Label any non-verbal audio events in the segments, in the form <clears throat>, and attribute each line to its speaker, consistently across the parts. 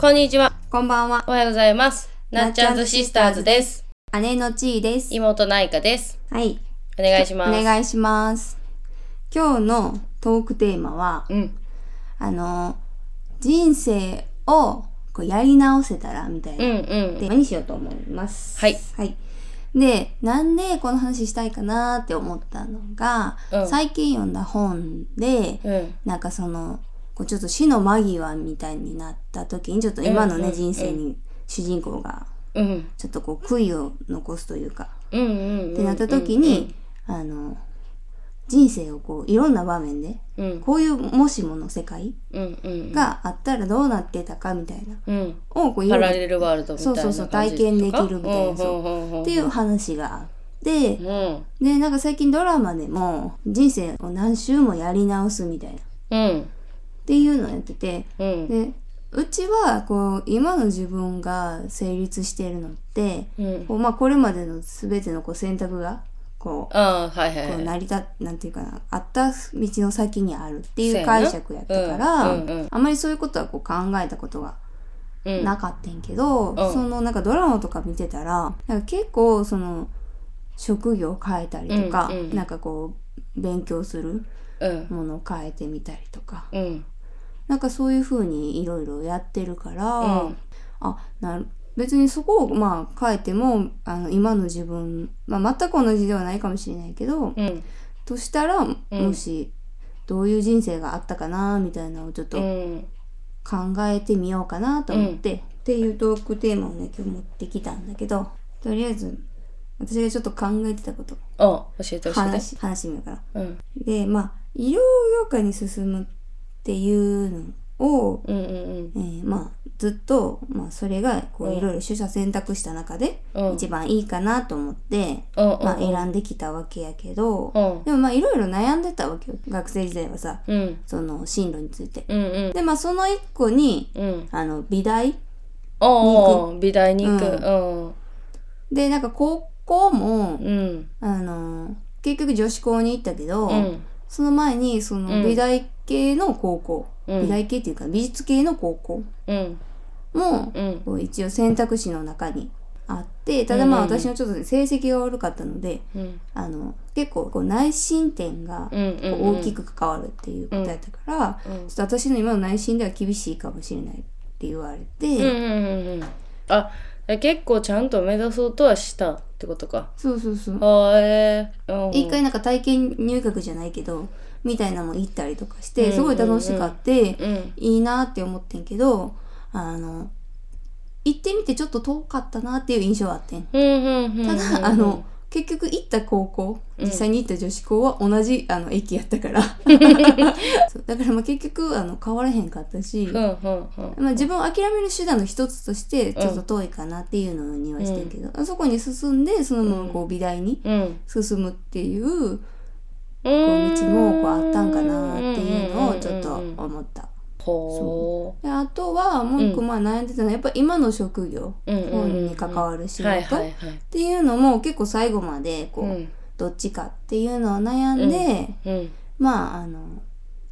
Speaker 1: こんにちは。
Speaker 2: こんばんは。
Speaker 1: おはようございます。なっちゃんズシスターズです。
Speaker 2: 姉のちいです。
Speaker 1: 妹ないかです。
Speaker 2: はい。
Speaker 1: お願いします。
Speaker 2: お願いします。今日のトークテーマは、
Speaker 1: うん。
Speaker 2: あの、人生をこうやり直せたらみたいな
Speaker 1: う、ん
Speaker 2: テ
Speaker 1: う
Speaker 2: ー
Speaker 1: ん。
Speaker 2: マにしようと思います。
Speaker 1: はい。
Speaker 2: はい。で、なんでこの話したいかなって思ったのが、
Speaker 1: うん
Speaker 2: 最近読んだ本で、
Speaker 1: うん。
Speaker 2: なんかその、こうちょっと死の間際みたいになった時に、ちょっと今の
Speaker 1: うんうん
Speaker 2: ね、
Speaker 1: うん
Speaker 2: 人生に主人公が
Speaker 1: うん。
Speaker 2: ちょっとこう悔いを残すというか、
Speaker 1: うんうん。っ
Speaker 2: ってなった時に、、あの人生をこういろんな場面で
Speaker 1: うん。
Speaker 2: こういうもしもの世界
Speaker 1: うんうん。、
Speaker 2: があったらどうなってたかみたいな
Speaker 1: うん。
Speaker 2: をこうい
Speaker 1: パ
Speaker 2: ろいろ
Speaker 1: ラ
Speaker 2: っ
Speaker 1: レルワールドみたいな感じ
Speaker 2: そうそうそう体験できるみたいなそう
Speaker 1: って
Speaker 2: いう話があって
Speaker 1: うん。
Speaker 2: でなんか最近ドラマでも人生を何周もやり直すみたいなっ
Speaker 1: うん。
Speaker 2: ていうのをやってて
Speaker 1: うん。
Speaker 2: でうちはこう今の自分が成立しているのって
Speaker 1: うん。
Speaker 2: こう、まあ、これまでの全てのこう選択がこう
Speaker 1: ああ、はいはい
Speaker 2: こ
Speaker 1: は
Speaker 2: う
Speaker 1: い。
Speaker 2: 成り立っなんていうかなあった道の先にあるって
Speaker 1: そうや
Speaker 2: い
Speaker 1: な
Speaker 2: う解釈やったから、
Speaker 1: うんうんうん
Speaker 2: あまりそういうことはこう考えたことが
Speaker 1: うん
Speaker 2: なかったんやけど、
Speaker 1: ん
Speaker 2: そのなんかドラマとか見てたらなんか結構その職業を変えたりとか、
Speaker 1: うんうん
Speaker 2: なんかこう勉強する
Speaker 1: うん。
Speaker 2: ものを変えてみたりとか
Speaker 1: うん。
Speaker 2: なんかそういうふうにいろいろやってるから、
Speaker 1: うん
Speaker 2: あな別にそこをまあ変えてもあの今の自分、まあ、全く同じではないかもしれないけど、
Speaker 1: うん。
Speaker 2: としたら、
Speaker 1: ん
Speaker 2: もしどういう人生があったかなみたいなのをちょっ
Speaker 1: う
Speaker 2: と
Speaker 1: ん。
Speaker 2: 考えてみようかなと思って、っていうトークテーマをね今日持ってきたんだけどとりあえず私がちょっと考えてたこと
Speaker 1: あ、教えて教えて。
Speaker 2: 話話してみようかな。
Speaker 1: うん。
Speaker 2: でまあ医療業界に進むっていうのを、
Speaker 1: うんうん
Speaker 2: えーまあずっと、まあ、それがこ
Speaker 1: うん
Speaker 2: ういろいろ取捨選択した中で
Speaker 1: うん。
Speaker 2: 一番いいかなと思って、
Speaker 1: うんうん。
Speaker 2: まあ、選んできたわけやけど。
Speaker 1: うん。
Speaker 2: でもまあいろいろ悩んでたわけよ学生時代はさ
Speaker 1: うん。
Speaker 2: その進路について。
Speaker 1: うんうん。
Speaker 2: でまあその一個に
Speaker 1: うん。
Speaker 2: あの美大
Speaker 1: おー、美大に行く。うん。
Speaker 2: でなんか高校も、
Speaker 1: うん。
Speaker 2: あの結局女子校に行ったけど、
Speaker 1: うん。
Speaker 2: その前にそうの
Speaker 1: ん
Speaker 2: 美大系の高校、
Speaker 1: うん
Speaker 2: 美大系っていうか美術系の高校
Speaker 1: うん。
Speaker 2: も、
Speaker 1: うん。
Speaker 2: こう一応選択肢の中にあってただまあ
Speaker 1: うんうんうん
Speaker 2: 私のちょっと成績が悪かったので
Speaker 1: うん。
Speaker 2: あの結構こう内申点が
Speaker 1: うん。
Speaker 2: こ
Speaker 1: うん。
Speaker 2: う大き。く関わるっていうことやったから。
Speaker 1: うん。
Speaker 2: ちょっと私の今の内心では厳しいかもしれないって言われて、
Speaker 1: うんうんうんうん。あ、結構ちゃんと目指そうとはしたってことか。
Speaker 2: そうそうそう
Speaker 1: あーえー。うん。
Speaker 2: 一回なんか体験入学じゃないけどみたいなのも行ったりとかし
Speaker 1: うんうん
Speaker 2: て
Speaker 1: うん
Speaker 2: すごい楽しかって、
Speaker 1: うん。
Speaker 2: いいなって思ってんけどあの行ってみてちょっと遠かったなっていう印象はあってん
Speaker 1: うんうんうん。
Speaker 2: ただ、あの、結局行った高校
Speaker 1: うん
Speaker 2: 実際に行った女子校は同じあの駅やっ
Speaker 1: <laughs>
Speaker 2: たからそうだからまあ結局あの変わらへんかったし、
Speaker 1: うんうんうん。
Speaker 2: まあ、自分を諦める手段の一つとしてちょっと遠いかなっていうのにはしてるけど、あそこに進んでそのままこう美大に
Speaker 1: うん。
Speaker 2: 進むっていうこ
Speaker 1: こう
Speaker 2: うん道もこうあったんかなっていうのをちょっと思った。
Speaker 1: ほ
Speaker 2: であとはもう一個まあ悩んでたのはやっぱ今の職業
Speaker 1: う。うんうんうん
Speaker 2: 本に関わる仕
Speaker 1: はい
Speaker 2: 事
Speaker 1: はい
Speaker 2: っ
Speaker 1: はい。
Speaker 2: ていうのも結構最後までこ
Speaker 1: う。
Speaker 2: うんどっちかっていうのを悩んで
Speaker 1: うん。
Speaker 2: まああの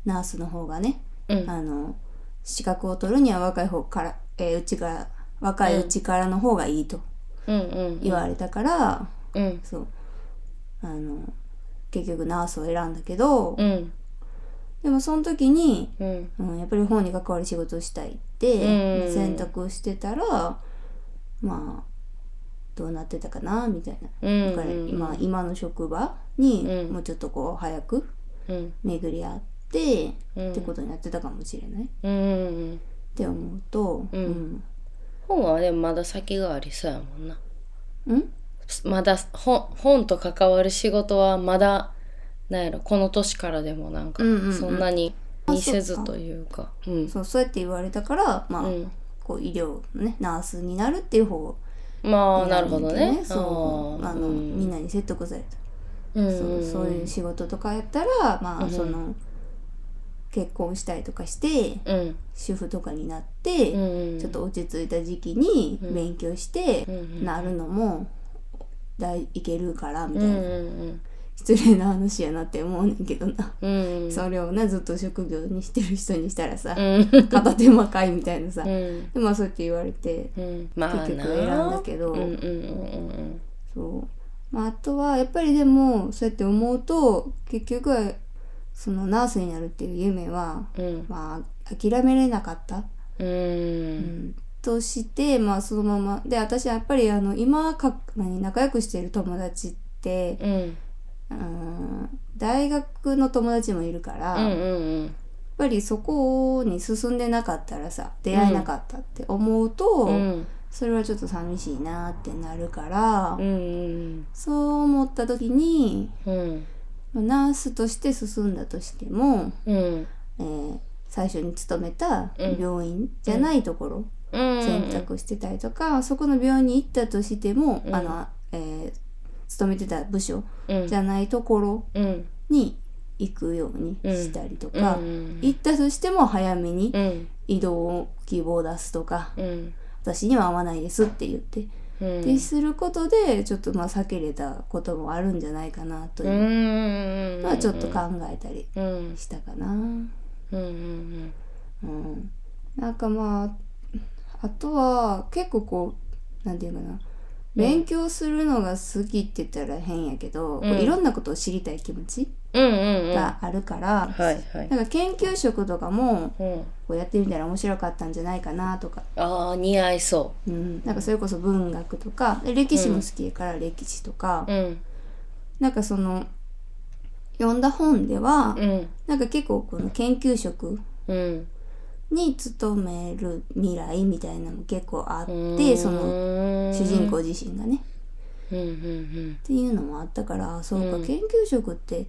Speaker 2: ナースの方がね
Speaker 1: うん。
Speaker 2: あの資格を取るには若い方から、えーうちが若いうちからの方がいいと
Speaker 1: うんうん。
Speaker 2: 言われたから、
Speaker 1: うん。
Speaker 2: そうあの結局ナースを選んだけど、
Speaker 1: うん。
Speaker 2: でもその時に、
Speaker 1: うん。
Speaker 2: うん、やっぱり本に関わる仕事をしたいって、
Speaker 1: うん
Speaker 2: 選択をしてたらまあどうなってたかなみたいな。
Speaker 1: うん。
Speaker 2: だから今今の職場に
Speaker 1: うん
Speaker 2: もうちょっとこう早く
Speaker 1: うん。
Speaker 2: 巡り合って、
Speaker 1: うん
Speaker 2: ってことになってたかもしれないっ
Speaker 1: うんうん。
Speaker 2: て思うと、
Speaker 1: うん本はでもまだ先がありそうやもんな。
Speaker 2: うん、うん
Speaker 1: まだ本本と関わる仕事はまだなんやろこの年からでもなんか
Speaker 2: うんうんうん
Speaker 1: そんなに見せず
Speaker 2: あそっか
Speaker 1: というかうん
Speaker 2: そうそうやって言われたから、まあ
Speaker 1: うん
Speaker 2: こう医療のねナースになるっていう方を
Speaker 1: まあなるほどね
Speaker 2: そう
Speaker 1: あー
Speaker 2: あの、
Speaker 1: うん
Speaker 2: みんなに説得された、
Speaker 1: うん
Speaker 2: そうそういう仕事とかやったらまあ、
Speaker 1: うん
Speaker 2: その結婚したりとかして
Speaker 1: うん
Speaker 2: 主婦とかになって、
Speaker 1: うん
Speaker 2: ちょっと落ち着いた時期に
Speaker 1: うん
Speaker 2: 勉強して
Speaker 1: うんうん
Speaker 2: なるのもだいいけるからみ
Speaker 1: う
Speaker 2: たい
Speaker 1: ん
Speaker 2: な、
Speaker 1: うん
Speaker 2: 失礼な話やなって思うねんけどな、
Speaker 1: うん
Speaker 2: それをなずっと職業にしてる人にしたらさ
Speaker 1: う、ん
Speaker 2: 片手間かいみたいなさ、
Speaker 1: うん
Speaker 2: でまあそうやって言われて
Speaker 1: うんまあな
Speaker 2: 結局選んだけど
Speaker 1: うんうんうん
Speaker 2: そう、まあ、あとはやっぱりでもそうやって思うと結局はそのナースになるっていう夢は、
Speaker 1: うんうん
Speaker 2: まあ、諦めれなかった、
Speaker 1: う
Speaker 2: うんんとして、まあ、そのままで私はやっぱりあの今か何仲良くしてる友達って、
Speaker 1: うん
Speaker 2: うん、大学の友達もいるから、
Speaker 1: うんう
Speaker 2: やっ
Speaker 1: ん
Speaker 2: ぱりそこに進んでなかったらさ出会えなかったって思うと、
Speaker 1: うんうん
Speaker 2: それはちょっと寂しいなってなるから、
Speaker 1: うん
Speaker 2: そう思った時に
Speaker 1: うん
Speaker 2: ナースとして進んだとしても、
Speaker 1: うん
Speaker 2: えー最初に勤めた
Speaker 1: うん
Speaker 2: 病院じゃないところ
Speaker 1: うん
Speaker 2: 選択してたりとか、そこの病院に行ったとしても、
Speaker 1: うん
Speaker 2: あのえー勤めてた部署
Speaker 1: うん
Speaker 2: じゃないところ
Speaker 1: うん
Speaker 2: に行くようにしたりと
Speaker 1: うん
Speaker 2: か、
Speaker 1: うん
Speaker 2: 行ったとしても早めに
Speaker 1: うん
Speaker 2: 移動を希望を出すとか、
Speaker 1: うん
Speaker 2: 私には合わないですって言って、
Speaker 1: うん
Speaker 2: ですることでちょっとまあ避けれたこともあるんじゃないかなと
Speaker 1: う
Speaker 2: いうんのはちょっと考えたり
Speaker 1: うん
Speaker 2: したかな。
Speaker 1: うんうん
Speaker 2: うん、なんかまああとは結構こうなんていうかな勉強するのが好きって言ったら変やけ
Speaker 1: う
Speaker 2: ど、
Speaker 1: ん
Speaker 2: こういろんなことを知りたい気持ち
Speaker 1: うんうんうん
Speaker 2: があるから、
Speaker 1: はいはい
Speaker 2: なんか研究職とかも
Speaker 1: うん
Speaker 2: こうやってみたら面白かったんじゃないかなとか、
Speaker 1: ああ似合いそ
Speaker 2: うん、なんかそれこそ文学とかで歴史も好きやから歴史とか、
Speaker 1: ううん
Speaker 2: なんかその読んだ本では、
Speaker 1: うん
Speaker 2: なんか結構この研究職
Speaker 1: うん
Speaker 2: に勤める未来みたいなのも結構あっ
Speaker 1: う
Speaker 2: て
Speaker 1: ん
Speaker 2: その主人公自身がね
Speaker 1: うんうん
Speaker 2: っていうのもあったからあそうか、
Speaker 1: うん
Speaker 2: 研究職って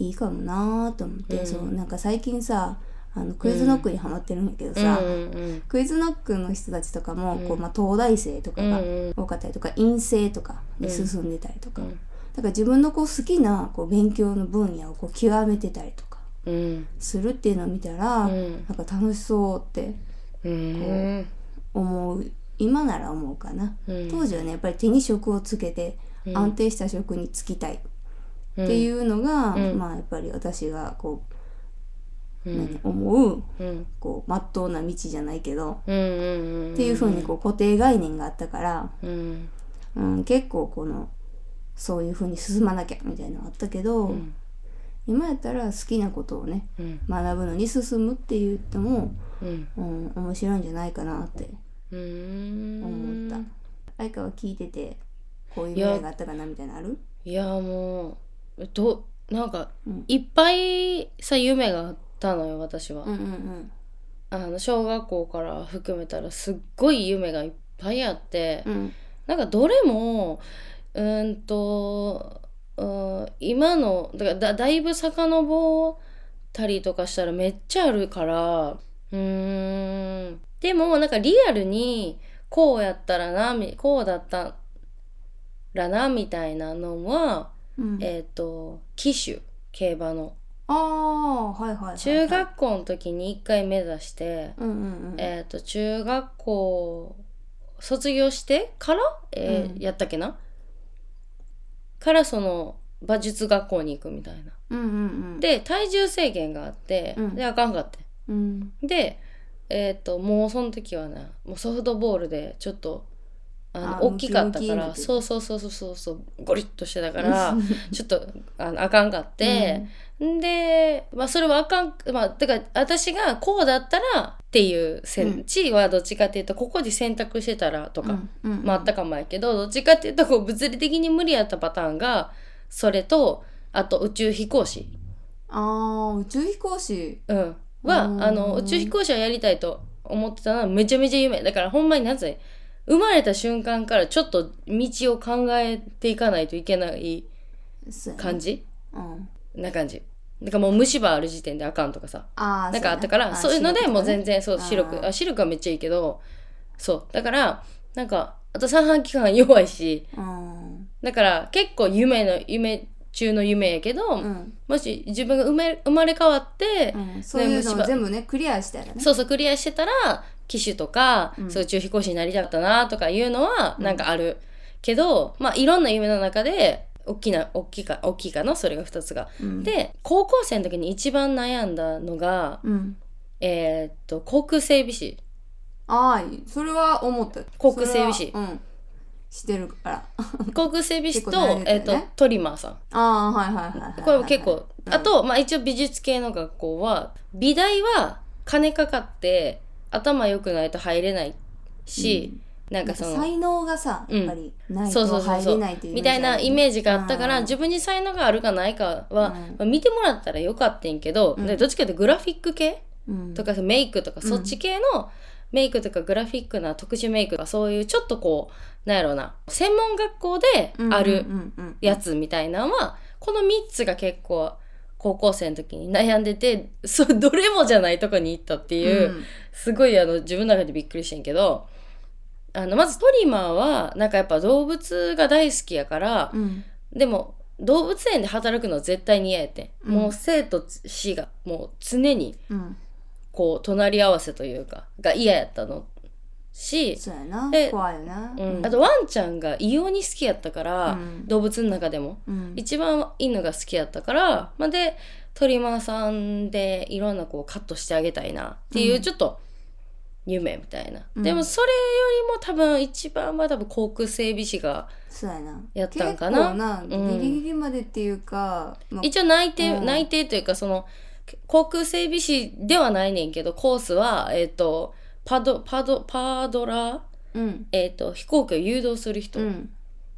Speaker 2: いいかもなーと思って、
Speaker 1: うん
Speaker 2: そうなんか最近さあのクイズノックにハマってるんだけど
Speaker 1: うん
Speaker 2: さ、
Speaker 1: うんうん
Speaker 2: クイズノックの人たちとかも、こ
Speaker 1: う
Speaker 2: うんまあ、東大生とかが
Speaker 1: うん
Speaker 2: 多かったりとか院生とかに進んでたりとか、
Speaker 1: うん
Speaker 2: だから自分のこう好きなこう勉強の分野をこう極めてたりとか
Speaker 1: うん
Speaker 2: するっていうのを見たら、
Speaker 1: うん
Speaker 2: なんか楽しそうって
Speaker 1: うん
Speaker 2: 思う今なら思うかな、
Speaker 1: うん
Speaker 2: 当時はねやっぱり手に職をつけて
Speaker 1: うん
Speaker 2: 安定した職に就きたいって
Speaker 1: う
Speaker 2: いうのが、
Speaker 1: うん
Speaker 2: まあやっぱり私がこ
Speaker 1: ん
Speaker 2: う、何思う
Speaker 1: うん
Speaker 2: こう真っ当な道じゃないけど、
Speaker 1: うんうんん
Speaker 2: っていうふうにこう固定概念があったから、
Speaker 1: うん
Speaker 2: うん、結構このそういうふうに進まなきゃみたいなのあったけど、
Speaker 1: うん
Speaker 2: 今やったら好きなことをね
Speaker 1: うん
Speaker 2: 学ぶのに進むっていうのも、
Speaker 1: うん
Speaker 2: うん、面白いんじゃないかなって
Speaker 1: うん
Speaker 2: 思った愛花は聞いててこういう未来があったかなみたいなのある
Speaker 1: いやもうどなんか
Speaker 2: うん
Speaker 1: いっぱいさ夢があったのよ私は、
Speaker 2: うんうん
Speaker 1: あの小学校から含めたらすっごい夢がいっぱいあって、
Speaker 2: うんうん
Speaker 1: なんかどれもうーんとうん今のだからだだいぶ遡ったりとかしたらめっちゃあるからうーんでもなんかリアルにこうやったらなみこうだったらなみたいなのは、
Speaker 2: うん
Speaker 1: えっ、と騎手競馬の
Speaker 2: ああはいはいはいはい
Speaker 1: 中学校の時に一回目指して。
Speaker 2: うんうんうん
Speaker 1: えっ、と中学校卒業してから、えー
Speaker 2: うん
Speaker 1: やったっけなからその馬術学校に行くみたいな。
Speaker 2: うんうんうん
Speaker 1: で体重制限があって、
Speaker 2: うん
Speaker 1: であかんかって。
Speaker 2: うん
Speaker 1: で、えっともうその時はなもうソフトボールでちょっとあの
Speaker 2: あ
Speaker 1: 大きかった
Speaker 2: ムキ
Speaker 1: か
Speaker 2: ムキになっ
Speaker 1: ら
Speaker 2: てる
Speaker 1: そうそうそうそうそうそうゴリッとしてたからちょっとあのあかんかって。で、まあ、それはあかん、まあ、だから私がこうだったらっていう
Speaker 2: う
Speaker 1: 選
Speaker 2: ん
Speaker 1: 地位はどっちかっていうとここで選択してたらと
Speaker 2: う
Speaker 1: か、
Speaker 2: んうんうん
Speaker 1: まああったかもやけどどっちかっていうとこう物理的に無理やったパターンがそれとあと宇宙飛行士、
Speaker 2: あー宇宙飛行士
Speaker 1: うん、は
Speaker 2: うん
Speaker 1: あの宇宙飛行士はやりたいと思ってたのはめちゃめちゃ夢だからほんまになぜ生まれた瞬間からちょっと道を考えていかないといけない
Speaker 2: そうやね
Speaker 1: 感じ
Speaker 2: うん
Speaker 1: な感じ。だからもう虫歯ある時点であかんとかさ。
Speaker 2: ああ
Speaker 1: なんかあったからそういうのでもう全然そう
Speaker 2: あー
Speaker 1: 視力あ視力はめっちゃいいけどそうだからなんかあと三半規管弱いし
Speaker 2: うん
Speaker 1: だから結構夢の夢中の夢やけど、
Speaker 2: うん
Speaker 1: もし自分が生ま生まれ変わって、
Speaker 2: うんそういうのを
Speaker 1: 虫歯
Speaker 2: 全部ねクリアしたらね
Speaker 1: そうそうクリアしてたら機種とか、
Speaker 2: うん
Speaker 1: そういう宇宙飛行士になりたかったなとかいうのは
Speaker 2: うん
Speaker 1: なんかある、けどまあいろんな夢の中で大きな大きいか大きいかなそれが2つが。
Speaker 2: うん、
Speaker 1: で高校生の時に一番悩んだのが、
Speaker 2: うん、
Speaker 1: えーっと航空整備士
Speaker 2: ああそれは思った
Speaker 1: 航空整備士
Speaker 2: それはうんしてるからあ
Speaker 1: 航空整備士と,、
Speaker 2: 結構悩んでた
Speaker 1: え
Speaker 2: よ
Speaker 1: ー
Speaker 2: ね
Speaker 1: っとトリマーさん
Speaker 2: あはいはいはいはいはい
Speaker 1: これも結構、
Speaker 2: うん
Speaker 1: あと、まあ、一応美術系の学校は美大は金かかって頭良くないと入れないし、なんかその
Speaker 2: 才能がさやっぱりない
Speaker 1: そうそ
Speaker 2: と
Speaker 1: うそう
Speaker 2: 入
Speaker 1: そう
Speaker 2: れないっていう
Speaker 1: みたいなイメージがあったから、
Speaker 2: 分
Speaker 1: 自分に才能があるかないかは、
Speaker 2: うん
Speaker 1: まあ見てもらったらよかったんけど、
Speaker 2: うん
Speaker 1: でどっちかというとグラフィック系と
Speaker 2: か
Speaker 1: かメイクとか
Speaker 2: うん
Speaker 1: そっち系のメイクとかグラフィックな特殊メイクとかそういうちょっとこうなんやろうな専門学校であるやつみたいなのはこの3つが結構高校生の時に悩んでて <laughs> そどれもじゃないとこに行ったって
Speaker 2: て
Speaker 1: いう、すごいあの自分の中でびっくりしてんけどあのまずトリマーはなんかやっぱ動物が大好きやから、でも動物園で働くのは絶対に嫌やってん、
Speaker 2: うん
Speaker 1: もう生と死がもう常にこう隣り合わせというかが嫌やったのし、
Speaker 2: そうやな
Speaker 1: で
Speaker 2: 怖いよな
Speaker 1: うんあとワンちゃんが異様に好きやったから、
Speaker 2: うん
Speaker 1: 動物の中でも
Speaker 2: うん
Speaker 1: 一番犬が好きやったから、まあ、でトリマーさんでいろんなこうカットしてあげたいなっていううんちょっと夢みたいな、
Speaker 2: うん
Speaker 1: でもそれよりも多分一番は多分航空整備士が
Speaker 2: そうやな
Speaker 1: やったんかな
Speaker 2: 結構
Speaker 1: う
Speaker 2: なんギリギリまでっていうかまあ
Speaker 1: 一応内定、
Speaker 2: うん
Speaker 1: 内定というかその航空整備士ではないねんけどコースはえっ、とパドパドパードラー
Speaker 2: うん
Speaker 1: えー、と飛行機を誘導する人
Speaker 2: う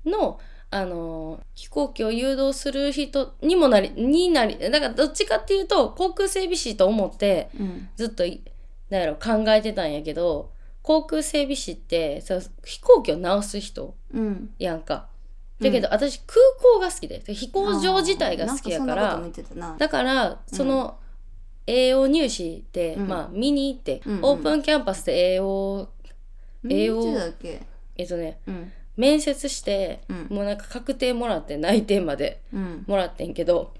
Speaker 1: の、
Speaker 2: ん
Speaker 1: あのー飛行機を誘導する人にもなりになりだからどっちかっていうと航空整備士と思って
Speaker 2: うん
Speaker 1: ずっといなんやろ考えてたんやけど航空整備士ってそう飛行機を直す人
Speaker 2: うん
Speaker 1: やんか。だけど、私空港が好きで飛行場自体が好きやから
Speaker 2: あーなんかそんなこと見てたな
Speaker 1: だからその、栄養入試で、
Speaker 2: うん
Speaker 1: まあ、見に行って、
Speaker 2: うんうん
Speaker 1: オープンキャンパスで栄養栄養
Speaker 2: 見てたっけ
Speaker 1: えっとね
Speaker 2: うん
Speaker 1: 面接して
Speaker 2: うん
Speaker 1: もうなんか確定もらって内定まで
Speaker 2: うん
Speaker 1: もらってんけど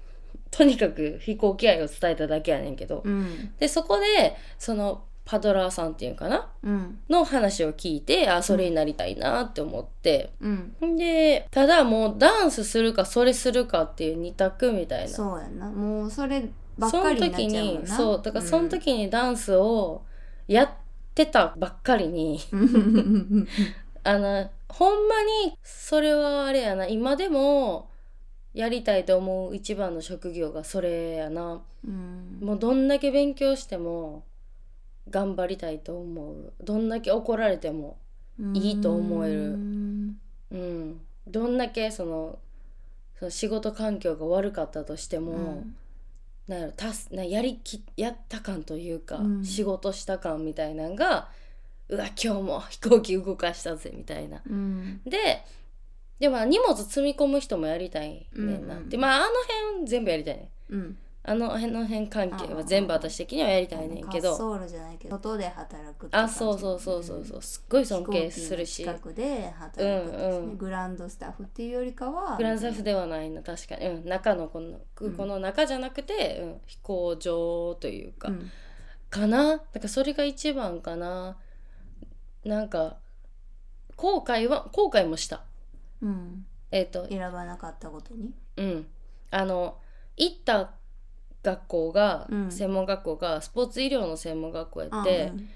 Speaker 1: とにかく飛行機愛を伝えただけやねんけど、
Speaker 2: うん
Speaker 1: でそこでそのパドラーさんっていうんかな
Speaker 2: うん
Speaker 1: の話を聞いてあそれになりたいなって思って、
Speaker 2: うん
Speaker 1: でただもうダンスするかそれするかっていう二択みたいな
Speaker 2: そうやなもうそればっかりになっちゃうもんな
Speaker 1: その時にそうだからその時にダンスをやってたばっかりに。
Speaker 2: うん
Speaker 1: あのほんまにそれはあれやな今でもやりたいと思う一番の職業がそれやな
Speaker 2: うん
Speaker 1: もうどんだけ勉強しても頑張りたいと思うどんだけ怒られてもいいと思える
Speaker 2: うん
Speaker 1: うんどんだけそのその仕事環境が悪かったとしても、なんやろたすなやりきやった感というか、
Speaker 2: うん
Speaker 1: 仕事した感みたいなんがうわ今日も飛行機動かしたぜみたいな
Speaker 2: うん
Speaker 1: ででも荷物積み込む人もやりたいねんな、
Speaker 2: うんうん
Speaker 1: でまああの辺全部やりたいねん
Speaker 2: うん
Speaker 1: あの辺の辺関係
Speaker 2: あ
Speaker 1: は
Speaker 2: ー
Speaker 1: 全部私的にはやりたいねんけど
Speaker 2: ソウルじゃないけど外で働くって
Speaker 1: あ
Speaker 2: 感じ
Speaker 1: そうそうそうそうそうすっごい尊敬するし
Speaker 2: 飛行機の近くで働くってことですね
Speaker 1: うんうん
Speaker 2: グランドスタッフっていうよりかは
Speaker 1: グランサフではないな確かに、うん、中のこの空港の中じゃなくて、うん飛行場というか、
Speaker 2: うん
Speaker 1: かなだからそれが一番かななんか後悔は後悔もした
Speaker 2: うん
Speaker 1: えっ、と
Speaker 2: 選ばなかったことに
Speaker 1: うん、あの行った学校が、
Speaker 2: うん
Speaker 1: 専門学校がスポーツ医療の専門学校や
Speaker 2: あ
Speaker 1: って
Speaker 2: う、ん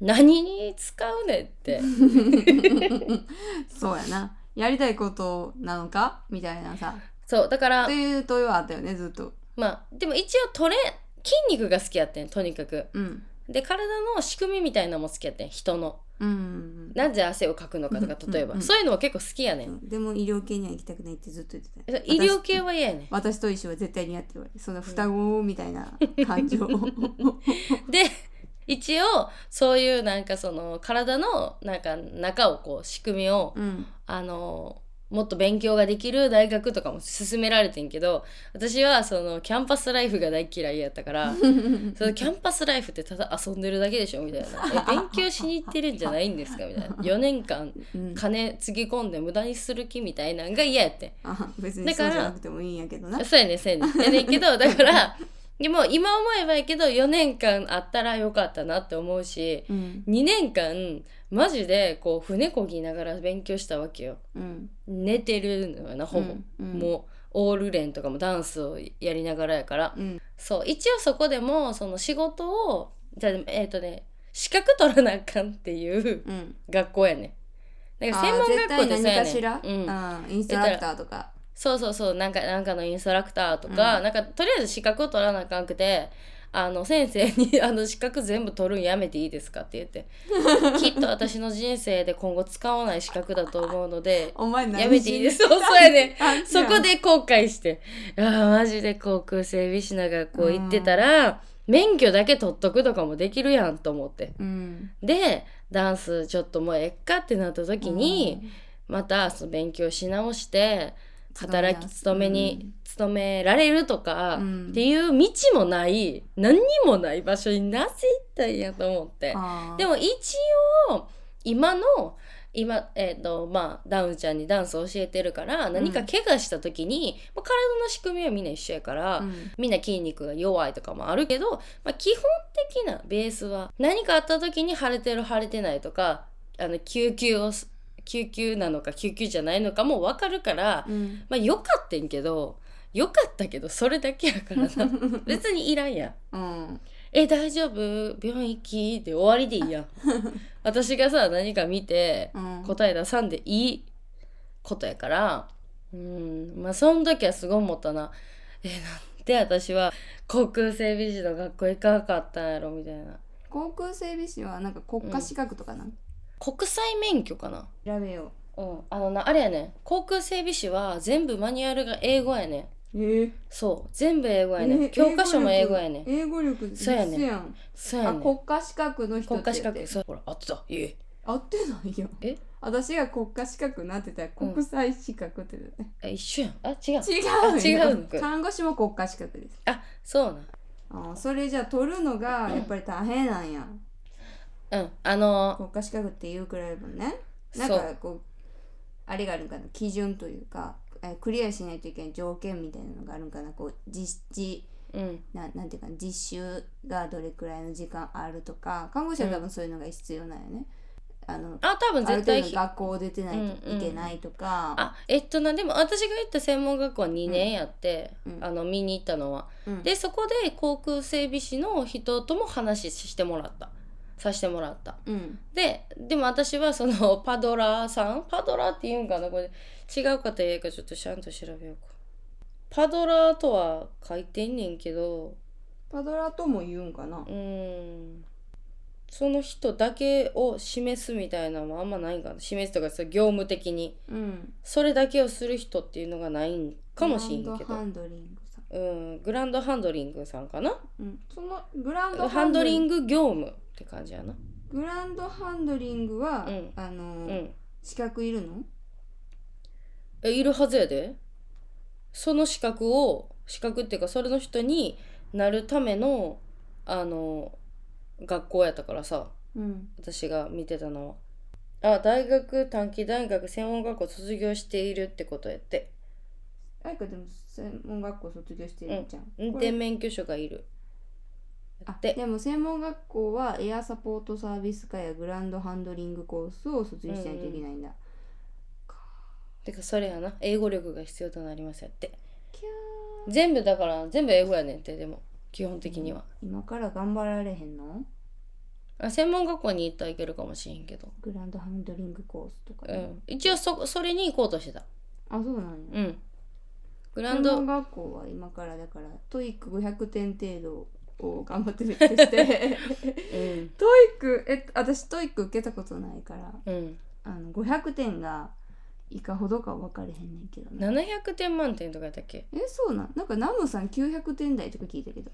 Speaker 1: 何に使うねんって
Speaker 2: そうやなやりたいことなのかみたいなさ
Speaker 1: そうだから
Speaker 2: っていう問いはあったよねずっと
Speaker 1: まあでも一応トレ筋肉が好きやってんとにかく
Speaker 2: うん
Speaker 1: で体の仕組みみたいなのも好きやってん人の
Speaker 2: うん
Speaker 1: なぜ汗をかくのかとか
Speaker 2: うん
Speaker 1: 例えば、
Speaker 2: うん
Speaker 1: そういうのも結構好きやねん、
Speaker 2: でも医療系には行きたくないってずっと言ってた
Speaker 1: 医療系は嫌やねん
Speaker 2: 私と一緒は絶対にやって言われその双子みたいな
Speaker 1: <laughs>
Speaker 2: 感情
Speaker 1: で一応そういうなんかその体のなんか中をこう仕組みを
Speaker 2: うん
Speaker 1: あのもっと勉強ができる大学とかも勧められてんけど私はそのキャンパスライフが大嫌いやったからそのキャンパスライフってただ遊んでるだけでしょみたいなえ勉強しに行ってるんじゃないんですかみたいな4年間
Speaker 2: うん
Speaker 1: 金つぎ込んで無駄にする気みたいなんが嫌やってん
Speaker 2: あ別にそうじゃなくてもいいんやけどな <laughs>
Speaker 1: そうやねんそうやねんやねんけどだからでも今思えばやけど4年間あったらよかったなって思うし
Speaker 2: うん
Speaker 1: 2年間マジでこう船こぎながら勉強したわけよ
Speaker 2: うん
Speaker 1: 寝てるのよなほぼ、
Speaker 2: うん
Speaker 1: もうオール連とかもダンスをやりながらやから、
Speaker 2: うん
Speaker 1: そう一応そこでもその仕事をじゃあえっ、とね資格取らなあかんっていう
Speaker 2: うん
Speaker 1: 学校やねんだから専
Speaker 2: あー
Speaker 1: 門
Speaker 2: 絶
Speaker 1: 学校
Speaker 2: 対
Speaker 1: でそう
Speaker 2: 何
Speaker 1: や
Speaker 2: か
Speaker 1: ね
Speaker 2: しら、
Speaker 1: ん、うん、
Speaker 2: あーインストラクターとか
Speaker 1: そうそうそうなんかなんかのインストラクターとか、
Speaker 2: うん
Speaker 1: なんかとりあえず資格を取らなあかんくてあの先生に <laughs> あの資格全部取るんやめていいですかって言ってきっと私の人生で今後使わない資格だと思うの
Speaker 2: <laughs>
Speaker 1: で
Speaker 2: お前何
Speaker 1: やめていいです
Speaker 2: しに来た
Speaker 1: そ
Speaker 2: ん
Speaker 1: うそうやね
Speaker 2: あんた
Speaker 1: そこで後悔してあーマジで航空整備士な学校行ってたら、免許だけ取っとくとかもできるやんと思って
Speaker 2: うん
Speaker 1: でダンスちょっともうえっかってなった時に、またその勉強し直して働き勤めに、勤められるとか、
Speaker 2: うん
Speaker 1: っていう道もない何にもない場所になぜ行ったんやと思ってで
Speaker 2: も
Speaker 1: も一応今の今えっ、とまあダウンちゃんにダンスを教えてるから何か怪我した時に、まあ体の仕組みはみんな一緒やから、みんな筋肉が弱いとかもあるけど、まあ、基本的なベースは何かあった時に腫れてる腫れてないとかあの救急をす救急なのか救急じゃないのかも分かるから、まあよかったんけどよかったけどそれだけやから
Speaker 2: <laughs>
Speaker 1: な別にいらんやん
Speaker 2: うん
Speaker 1: え大丈夫病院行きで終わりでいいやん私がさ何か見て
Speaker 2: うん
Speaker 1: 答え出さんでいいことやからうんまあその時はすごい思ったなえなんで私は航空整備士の学校行かなかったんやろみたいな
Speaker 2: 航空整備士はなんか国家資格とかな、
Speaker 1: 国際免許かな
Speaker 2: 調べよ
Speaker 1: うんあのなあれやね航空整備士は全部マニュアルが英語やね
Speaker 2: うええ
Speaker 1: そう全部英語やね、教科書も英語やね
Speaker 2: 英語力
Speaker 1: そうやね
Speaker 2: 必須ん
Speaker 1: そうや
Speaker 2: あ
Speaker 1: ね
Speaker 2: 国家資格の人
Speaker 1: 国
Speaker 2: って
Speaker 1: 家資
Speaker 2: 言って
Speaker 1: 格そうほらあってたいえ
Speaker 2: 合ってないよ
Speaker 1: え
Speaker 2: 私が国家資格なってたら国際資格って言ってたね、
Speaker 1: あ一緒やんあ違う
Speaker 2: 違うよ
Speaker 1: あ違うんか
Speaker 2: 看護師も国家資格です
Speaker 1: あそうなん
Speaker 2: あーそれじゃあ取るのがやっぱり大変なんや、
Speaker 1: うん、あの
Speaker 2: 国家資格っていうくらいもねなん
Speaker 1: そう
Speaker 2: かこうあれがあるんかな基準というかえークリアしないといけない条件みたいなのがあるんかなこう実地
Speaker 1: うん
Speaker 2: ななんていうか実習がどれくらいの時間あるとか看護師は多分そういうのが必要なんよね、あの
Speaker 1: あ多分
Speaker 2: ある
Speaker 1: 絶対
Speaker 2: 程度学校を出てないといけないとか、
Speaker 1: あえっとなでも私が行った専門学校は2年やって、
Speaker 2: うん
Speaker 1: あの見に行ったのは、
Speaker 2: うん
Speaker 1: でそこで航空整備士の人とも話してもらったさせてもらった
Speaker 2: うん
Speaker 1: ででも私はその <laughs> パドラーさんパドラーって言うんかなこれ違うかと言えかちょっとちゃんと調べようかパドラーとは書いてんねんけど
Speaker 2: パドラとも言うんかな、
Speaker 1: うーんその人だけを示すみたいなのもあんまないんかな示すとかそう業務的に
Speaker 2: うん、
Speaker 1: それだけをする人っていうのがないんかもしれん
Speaker 2: グラ
Speaker 1: け
Speaker 2: ンドハ
Speaker 1: ど
Speaker 2: ンドリングさん、
Speaker 1: うんグランドハンドリングさんかな
Speaker 2: うん、そのグランド
Speaker 1: ハンドリ
Speaker 2: グ
Speaker 1: ング業務って感じやな
Speaker 2: グランドハンドリングは、
Speaker 1: うん
Speaker 2: あの、
Speaker 1: うん
Speaker 2: 資格いるの
Speaker 1: えいるはずやでその資格を資格っていうかそれの人になるためのあの学校やったからさ
Speaker 2: うん
Speaker 1: 私が見てたのはあ大学短期大学専門学校卒業しているってことやって
Speaker 2: あいかでも専門学校卒業してるじゃん、
Speaker 1: 運
Speaker 2: これ
Speaker 1: 転免許証がいるや
Speaker 2: あ
Speaker 1: って
Speaker 2: でも専門学校はエアサポートサービス科やグランドハンドリングコースを卒業しないといけないんだ、
Speaker 1: てかそれやな英語力が必要となりますやって
Speaker 2: キャー
Speaker 1: 全部だから全部英語やねんってでも基本的には、
Speaker 2: 今から頑張られへんの
Speaker 1: あ専門学校に行ったらいけるかもしれんけど、
Speaker 2: グランドハンドリングコースとか、
Speaker 1: うん、一応そそれに行こうとしてた
Speaker 2: あそうなんや、
Speaker 1: うんグラン
Speaker 2: 専門
Speaker 1: ド
Speaker 2: 学校は今からだからトイック500点程度を頑張って勉強して
Speaker 1: <laughs> うん
Speaker 2: トイックえ私トイック受けたことないから
Speaker 1: うん
Speaker 2: あの500点がいかほどか分かれへんねんけどな
Speaker 1: 700点満点とかやったっけ
Speaker 2: えそうなんなんかナムさん900点台とか聞いたけど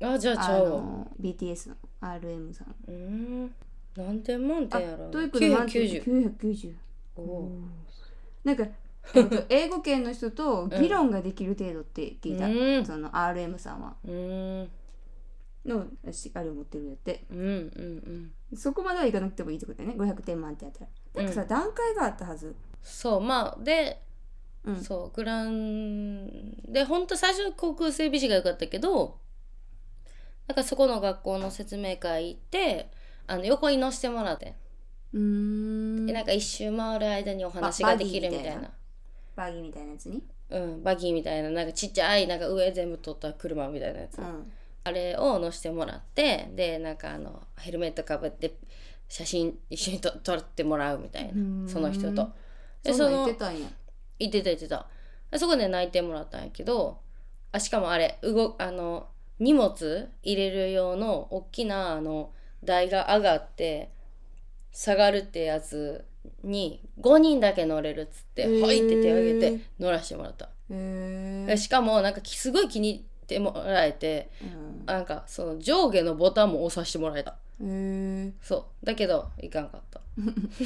Speaker 1: あじゃあち
Speaker 2: あ
Speaker 1: ゃうわ
Speaker 2: の BTS の RM さん
Speaker 1: うーん何点満点やろ
Speaker 2: あ
Speaker 1: う
Speaker 2: トイ
Speaker 1: な
Speaker 2: ックの満点
Speaker 1: 990
Speaker 2: 990
Speaker 1: おお
Speaker 2: なんかえっと英語圏の人と議論ができる程度って
Speaker 1: う
Speaker 2: 聞いた、
Speaker 1: ーん
Speaker 2: その RM さんは
Speaker 1: うーん
Speaker 2: のしあれを持ってるんやって
Speaker 1: うんうん
Speaker 2: そこまではいかなくてもいいってことだよね500点満点やったら
Speaker 1: うん
Speaker 2: なんかさ、段階があったはず
Speaker 1: そうまあで
Speaker 2: うん
Speaker 1: そうグランで本当最初航空整備士が良かったけどだからそこの学校の説明会行ってあの横に乗せてもらって、
Speaker 2: うーん
Speaker 1: でなんか一周回る間にお話ができるみたいな
Speaker 2: バギーみたいなやつに
Speaker 1: うん、バギーみたいななんかちっちゃいなんか上全部取った車みたいなやつ、
Speaker 2: うん
Speaker 1: あれを乗せてもらってでなんかあのヘルメットかぶって写真一緒にと撮ってもらうみたい
Speaker 2: うん
Speaker 1: なその人とで
Speaker 2: そんなん
Speaker 1: の
Speaker 2: 言ってたんや
Speaker 1: 行ってた行ってたでそこで泣いてもらったんやけどあしかもあれ動あの荷物入れる用の大きなあの台が上がって下がるってやつに5人だけ乗れるっつって
Speaker 2: へ
Speaker 1: 「
Speaker 2: ー
Speaker 1: はい」って手を挙げて乗らしてもらった、
Speaker 2: へ
Speaker 1: でしかもなんかきすごい気に入ってもらえて
Speaker 2: えうん
Speaker 1: なんかその上下のボタンも押さしてもらえた
Speaker 2: へえ
Speaker 1: そうだけどいかんかった <laughs>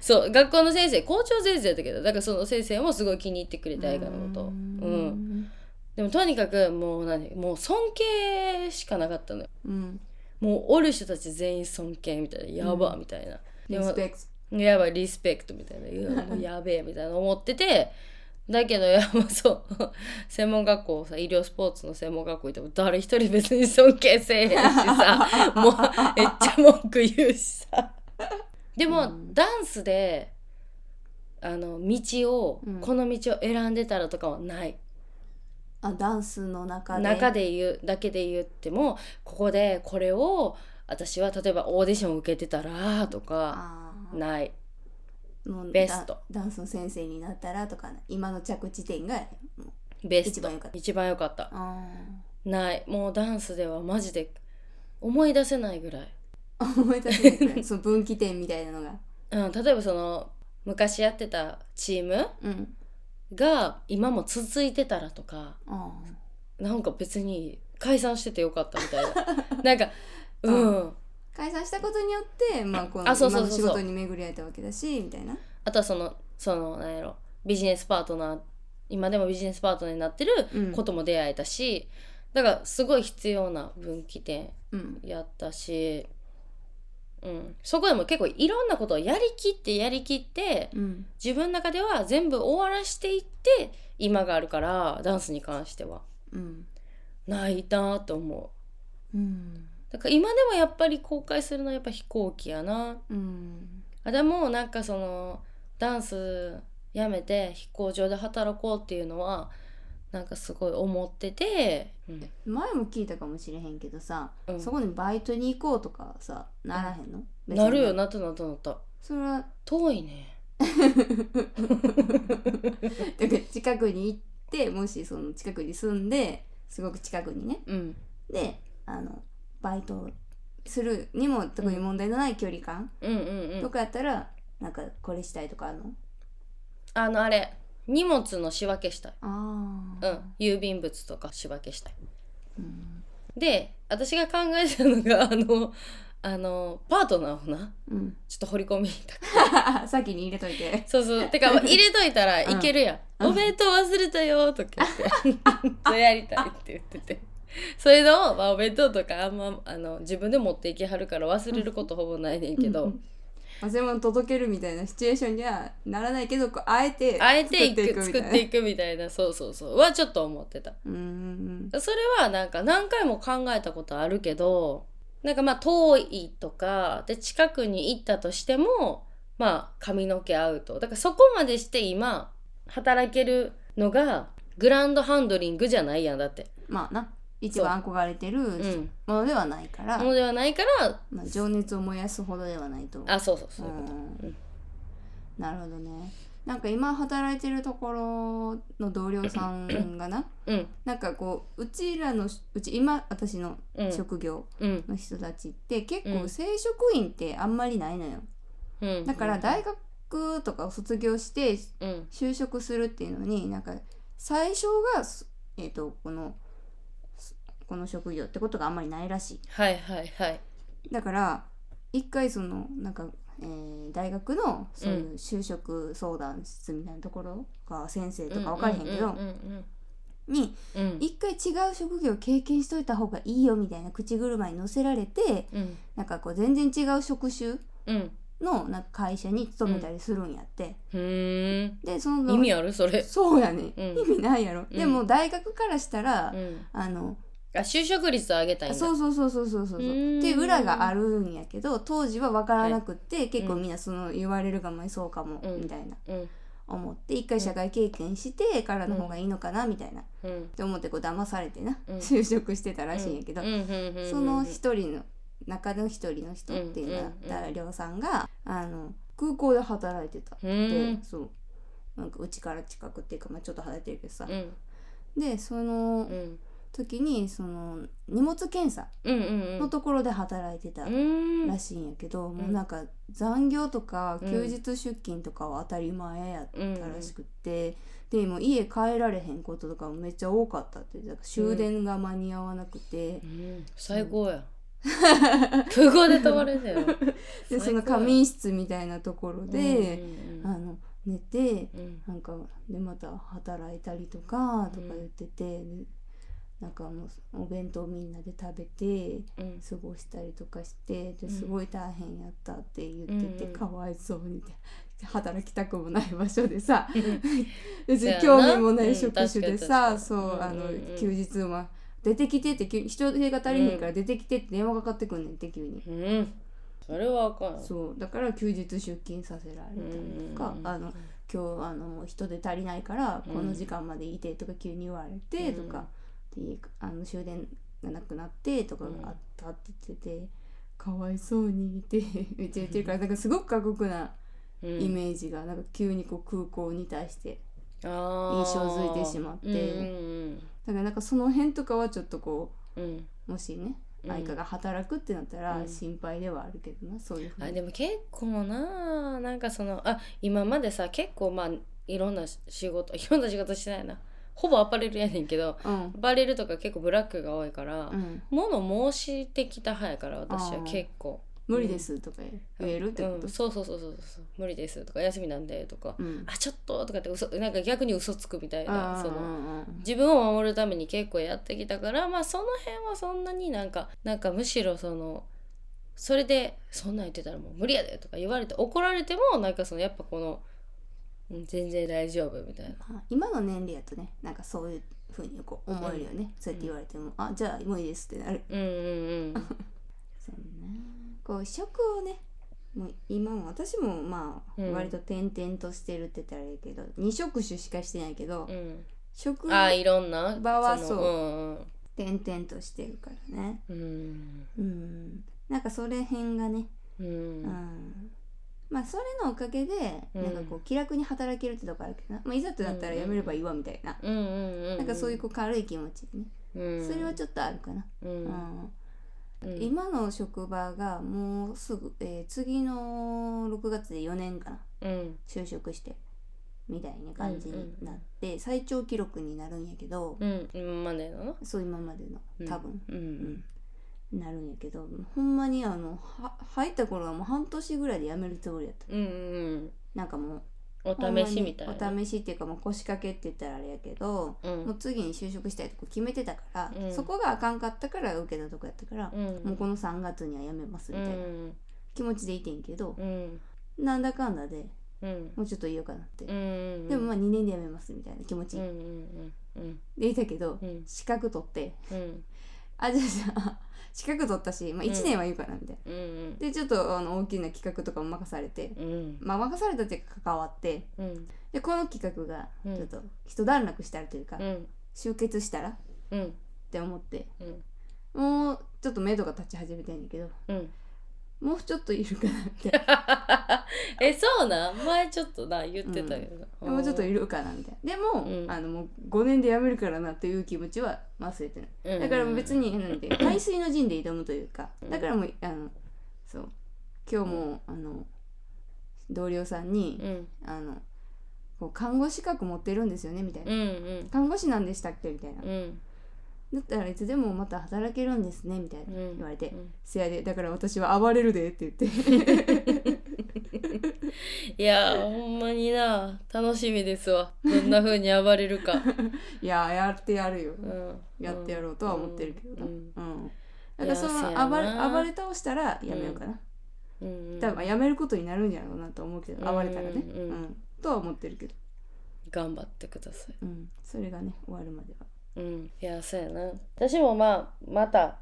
Speaker 1: そう学校の先生校長先生だけどだからその先生もすごい気に入ってくれて映画のことをうんでもとにかくもう何もう尊敬しかなかったのよ
Speaker 2: うん
Speaker 1: もうおる人たち全員尊敬みたいなやばみたいな、で
Speaker 2: リ
Speaker 1: も
Speaker 2: スペクト
Speaker 1: やばいリスペクトみたいないやもうやべえみたいな思っててだけどやばそう専門学校さ医療スポーツの専門学校行っても誰一人別に尊敬せえへんし
Speaker 2: <laughs>
Speaker 1: さもうめっちゃ文句言うしさでも、
Speaker 2: うん
Speaker 1: ダンスであの道を、
Speaker 2: うん
Speaker 1: この道を選んでたらとかはない
Speaker 2: あダンスの中で
Speaker 1: 中で言うだけで言ってもここでこれを私は例えばオーディション受けてたらとか
Speaker 2: あー
Speaker 1: ない
Speaker 2: もう
Speaker 1: ベスト
Speaker 2: ダダンスの先生になったらとかな今の着地点がもう
Speaker 1: ベス
Speaker 2: 一
Speaker 1: ト
Speaker 2: 番良かった
Speaker 1: 一番良かった
Speaker 2: あ
Speaker 1: ないもうダンスではマジで思い出せないぐらい、
Speaker 2: ー <laughs> 思い出せないくら
Speaker 1: <laughs>
Speaker 2: いその分岐点みたいなのが
Speaker 1: うん、例えばその昔やってたチーム
Speaker 2: うん
Speaker 1: が今も続いてたらとか
Speaker 2: あ
Speaker 1: なんか別に解散しててよかったみたいななんかうん
Speaker 2: ー解散したことによって、まあ、この
Speaker 1: あそ
Speaker 2: 今
Speaker 1: うそうそ
Speaker 2: の
Speaker 1: うそう
Speaker 2: 仕事に巡り合えたわけだしみたいな
Speaker 1: あとはそのそのなんやろビジネスパートナー今でもビジネスパートナーになってる
Speaker 2: うん
Speaker 1: ことも出会えたし、だからすごい必要な分岐点
Speaker 2: うん
Speaker 1: やったし、うん、そこでも結構いろんなことをやりきってやりきって
Speaker 2: うん
Speaker 1: 自分の中では全部終わらしていって今があるからダンスに関しては
Speaker 2: うん
Speaker 1: ないなと思
Speaker 2: うん
Speaker 1: うだから今でもやっぱり公開するのはやっぱ飛行機やな
Speaker 2: うん
Speaker 1: あでもなんかそのダンスやめて飛行場で働こうっていうのはなんかすごい思ってて、うん
Speaker 2: 前も聞いたかもしれへんけどさ、
Speaker 1: うん
Speaker 2: そこにバイトに行こうとかさならへんの、別に
Speaker 1: なるよなったなったなった
Speaker 2: それは
Speaker 1: 遠いね
Speaker 2: だから近くに行ってもしその近くに住んですごく近くにね
Speaker 1: うん
Speaker 2: であのバイトするにも特に問題のない距離感
Speaker 1: うんうんう
Speaker 2: と
Speaker 1: ん
Speaker 2: かやったら、なんかこれしたいとかあるの
Speaker 1: あのあれ荷物の仕分けしたい
Speaker 2: あ
Speaker 1: う
Speaker 2: ー
Speaker 1: ん郵便物とか仕分けしたい
Speaker 2: うん
Speaker 1: で私が考えてたのがあのあのパートナーをな
Speaker 2: うん <laughs>
Speaker 1: ちょっと掘り込みたく
Speaker 2: 先に入れといて
Speaker 1: そうそう <laughs> てか入れといたらいけるやん、
Speaker 2: うん
Speaker 1: お弁当忘れたよ <laughs> とか言ってそれやりたいって言っててそういうのを、まあ、お弁当とかあんまあの自分で持っていきはるから忘れることほぼないねんけど、
Speaker 2: うん忘れ物届けるみたいなシチュエーションにはならないけどこうあえて
Speaker 1: あえていく作
Speaker 2: みたいな
Speaker 1: っていくみたいなそうそうそうはちょっと思ってた
Speaker 2: うんうん
Speaker 1: それはなんか何回も考えたことあるけどなんかまあ遠いとかで近くに行ったとしてもまあ髪の毛アウトだからそこまでして今働けるのがグランドハンドリングじゃないやんだって
Speaker 2: まあな一番憧れてる
Speaker 1: うん
Speaker 2: ものではないから、
Speaker 1: ものではないから
Speaker 2: まあ、情熱を燃やすほどではないと
Speaker 1: あそうそうそういうこと
Speaker 2: う
Speaker 1: うんん、
Speaker 2: なるほどねなんか今働いてるところの同僚さん
Speaker 1: <clears throat>
Speaker 2: がな
Speaker 1: うん
Speaker 2: なんかこううちらのうち今私の
Speaker 1: うん
Speaker 2: 職業
Speaker 1: うん
Speaker 2: の人たちって結
Speaker 1: う
Speaker 2: 構
Speaker 1: ん
Speaker 2: 正職員ってあんまりないのよ
Speaker 1: うん
Speaker 2: だから大学とかを卒業して
Speaker 1: うん
Speaker 2: 就職するっていうのになんか最初がすえっ、とこのすこの職業ってことがあんまりないらしい
Speaker 1: はいはいはい
Speaker 2: だから一回そのなんか、えー大学のそういう就職相談室みたいなところか先生とか分からへんけ
Speaker 1: う
Speaker 2: ど
Speaker 1: んうん
Speaker 2: に
Speaker 1: うんうん
Speaker 2: 一回違う職業経験しといた方がいいよみたいな口車に乗せられて
Speaker 1: うん
Speaker 2: なんかこう全然違う職種
Speaker 1: うん
Speaker 2: のなんか会社に勤めたりするんやって、
Speaker 1: ふーん
Speaker 2: でその
Speaker 1: 意味あるそれ
Speaker 2: そうやね、
Speaker 1: うん
Speaker 2: 意味ないやろ、
Speaker 1: うん
Speaker 2: でも大学からしたら、
Speaker 1: うん
Speaker 2: あの
Speaker 1: あ就職率を上げたいん
Speaker 2: あ
Speaker 1: だ
Speaker 2: そうそうそうそうそうそう
Speaker 1: う
Speaker 2: そう
Speaker 1: ーん
Speaker 2: っていう裏があるんやけど当時は分からなくって、結構みんなその言われるがまりそうかも、
Speaker 1: うん
Speaker 2: みたいな
Speaker 1: うん
Speaker 2: 思って一回社会経験してからの方がいいのかなみたいなっ
Speaker 1: うん
Speaker 2: て思ってこう騙されてな、
Speaker 1: うん
Speaker 2: 就職してたらしいんやけど、
Speaker 1: うんうんうんうんうん
Speaker 2: その一人の中の一人の人っていうの
Speaker 1: うんうんうん
Speaker 2: が大亮さんがあの空港で働いてたっ
Speaker 1: う
Speaker 2: て、
Speaker 1: ーん
Speaker 2: そうなんかうちから近くっていうか、まあ、ちょっと働いてるけどさ
Speaker 1: う、ん
Speaker 2: でそうの
Speaker 1: ん
Speaker 2: 時にその荷物検査
Speaker 1: うんうんうん
Speaker 2: のところで働いてた
Speaker 1: うーん
Speaker 2: らしいんやけど、もうなんか残業とか休日出勤とかは当たり前やったらしくって、でもう家帰られへんこととかもめっちゃ多かったってだから終電が間に合わなくて
Speaker 1: う、ん最高や空港で泊まれんだよ
Speaker 2: でその仮眠室みたいなところで、あの寝て
Speaker 1: うんうん
Speaker 2: なんかでまた働いたりとかとか言ってて、でなんかもうお弁当みんなで食べて
Speaker 1: うん
Speaker 2: 過ごしたりとかして
Speaker 1: う
Speaker 2: で
Speaker 1: ん
Speaker 2: すごい大変やったって言ってて、
Speaker 1: うんうん
Speaker 2: かわいそうにって <laughs> 働きたくもない場所でさ <laughs> 別
Speaker 1: そうやな
Speaker 2: に興味もな
Speaker 1: うん
Speaker 2: い職種で
Speaker 1: 確か
Speaker 2: さ、
Speaker 1: に
Speaker 2: そう、あ
Speaker 1: う
Speaker 2: の
Speaker 1: んうんうん
Speaker 2: 休日は出てきてって急に人手が足りへんから出てきてって電話がかかってくんねんって急に。
Speaker 1: うんうんそれはあかんよ
Speaker 2: そうだから休日出勤させられたりと
Speaker 1: う
Speaker 2: か、
Speaker 1: んうんうん
Speaker 2: あの今日あのもう人手足りないから
Speaker 1: うん
Speaker 2: この時間までいてとか急に言われてとか、であの終電がなくなってとかがあったって言ってて、かわいそうにって <laughs> めっちゃ言ってるからなんかすごく過酷な
Speaker 1: うん
Speaker 2: イメージが、なんか急にこう空港に対して
Speaker 1: 印
Speaker 2: 印象づいてしまって
Speaker 1: うん
Speaker 2: だからなんかその辺とかはちょっとこ
Speaker 1: うんうん
Speaker 2: うもしね
Speaker 1: うん
Speaker 2: 愛花が働くってなったら
Speaker 1: うん
Speaker 2: 心配ではあるけどな、そういうふう
Speaker 1: あ
Speaker 2: に。
Speaker 1: でも結構ななんかそのあ今までさ結構まあいろんな仕事いろんな仕事してないなほぼアパレルやねんけど
Speaker 2: うん
Speaker 1: アパレルとか結構ブラックが多いから、
Speaker 2: うん、
Speaker 1: 物申してきた派やから私は
Speaker 2: あー
Speaker 1: 結構
Speaker 2: 無理ですとか言えるってこと、
Speaker 1: うん、そうそうそうそうそう無理ですとか休みなんでとか、
Speaker 2: うん
Speaker 1: あちょっととかって嘘なんか逆に嘘つくみたいな
Speaker 2: あー
Speaker 1: その
Speaker 2: うん
Speaker 1: 自分を守るために結構やってきたからまあその辺はそんなになんかなんかむしろそのそれで「そんなん言ってたらもう無理やで」とか言われて怒られてもなんかそのやっぱこの「うん全然大丈夫」みたいな。
Speaker 2: あ今の年齢やとねなんかそういうふうにこう思えるよね、そうやって言われても、あじゃあもういいですってなる
Speaker 1: うんうんうん。
Speaker 2: そうやなこう職をねもう今も私もまあ
Speaker 1: うん
Speaker 2: 割と転々としてるって言ったらいいけど、二職種しかしてないけど、
Speaker 1: うん、
Speaker 2: <laughs> 職
Speaker 1: ああ
Speaker 2: 転
Speaker 1: いろんな
Speaker 2: 場はそう
Speaker 1: の
Speaker 2: 々としてるからね
Speaker 1: うんうん
Speaker 2: うんなんかそれ辺がね、
Speaker 1: うんうん
Speaker 2: うんまあそれのおかげで
Speaker 1: うん
Speaker 2: なんかこう気楽に働けるってとこあるけどな、まあ、いざとなったらやめればいいわみたいな、
Speaker 1: うんうんうん
Speaker 2: なんかそういうこう軽い気持ちでね、
Speaker 1: うん
Speaker 2: それはちょっとあるかな、
Speaker 1: うん
Speaker 2: うん
Speaker 1: うん
Speaker 2: 今の職場がもうすぐ、えー次の6月で4年かな
Speaker 1: うん
Speaker 2: 就職してみたいな感じになって、最長記録になるんやけど、
Speaker 1: うんうんマネーの
Speaker 2: そう今まで
Speaker 1: な
Speaker 2: の多分、
Speaker 1: うんうん
Speaker 2: なるんやけどほんまにあのは入った頃はもう半年ぐらいで辞めるつもりやった
Speaker 1: うんうん
Speaker 2: なんかもう
Speaker 1: うんお試しみたいな
Speaker 2: ほんまにお試しっていうかもう腰掛けって言ったらあれやけど、
Speaker 1: うん
Speaker 2: もう次に就職したいとこ決めてたから、
Speaker 1: うん
Speaker 2: そこがあかんかったから受けたとこやったから、
Speaker 1: うん
Speaker 2: もうこの3月には辞めますみたいな。
Speaker 1: うん
Speaker 2: 気持ちでいてんけど
Speaker 1: う、ん
Speaker 2: なんだかんだで
Speaker 1: うん
Speaker 2: もうちょっといようかなって、
Speaker 1: うん
Speaker 2: でもまあ2年でやめますみたいな気持ち
Speaker 1: うんうんうん
Speaker 2: でいたけど、
Speaker 1: うん
Speaker 2: 資格取って
Speaker 1: うん
Speaker 2: あじゃあじゃあ資格取ったし、まあ、1年はいいかなみたいな、
Speaker 1: うん
Speaker 2: でちょっとあの大きな企画とかも任されて、
Speaker 1: うん
Speaker 2: まあ、任されたっていうか関わって
Speaker 1: うん
Speaker 2: でこの企画が
Speaker 1: うん
Speaker 2: ちょっと一段落したらというか、
Speaker 1: うん
Speaker 2: 集結したらっ
Speaker 1: うん
Speaker 2: て思って
Speaker 1: うん
Speaker 2: もうちょっと目処が立ち始めてんだけど
Speaker 1: うん
Speaker 2: もうちょっといるかなみたい
Speaker 1: えそうなん前ちょっとな言ってたけど、
Speaker 2: なもうちょっといるかなみたいなでも、
Speaker 1: うん
Speaker 2: あのもう5年でやめるからなという気持ちは忘れてない
Speaker 1: うん
Speaker 2: だから別になんて海水の陣で挑むというかだからもうあのそう今日もあの同僚さんに
Speaker 1: うん
Speaker 2: あのこう看護師資格持ってるんですよねみたいな
Speaker 1: うんうん
Speaker 2: 看護師なんでしたっけみたいなだ
Speaker 1: うん
Speaker 2: ったらいつでもまた働けるんですねみたいな
Speaker 1: うん
Speaker 2: 言われて
Speaker 1: うん
Speaker 2: せやでだから私は暴れるでって言って
Speaker 1: いやほんまにな楽しみですわどんな風に暴れ
Speaker 2: <laughs>
Speaker 1: るか、
Speaker 2: いややってやるよ
Speaker 1: うん、
Speaker 2: やってやろうとは思ってるけどな
Speaker 1: う
Speaker 2: うんんだからそ
Speaker 1: いや
Speaker 2: の
Speaker 1: せや
Speaker 2: 暴れ
Speaker 1: な
Speaker 2: 暴れ倒したらやめようかな
Speaker 1: うんうん
Speaker 2: 多分やめることになるんやろうなと思うけど
Speaker 1: うん
Speaker 2: 暴れたらね、
Speaker 1: う
Speaker 2: うんんとは思ってるけど、
Speaker 1: 頑張ってください
Speaker 2: うん、それがね終わるまでは
Speaker 1: うん、いやそうやな私もまあまた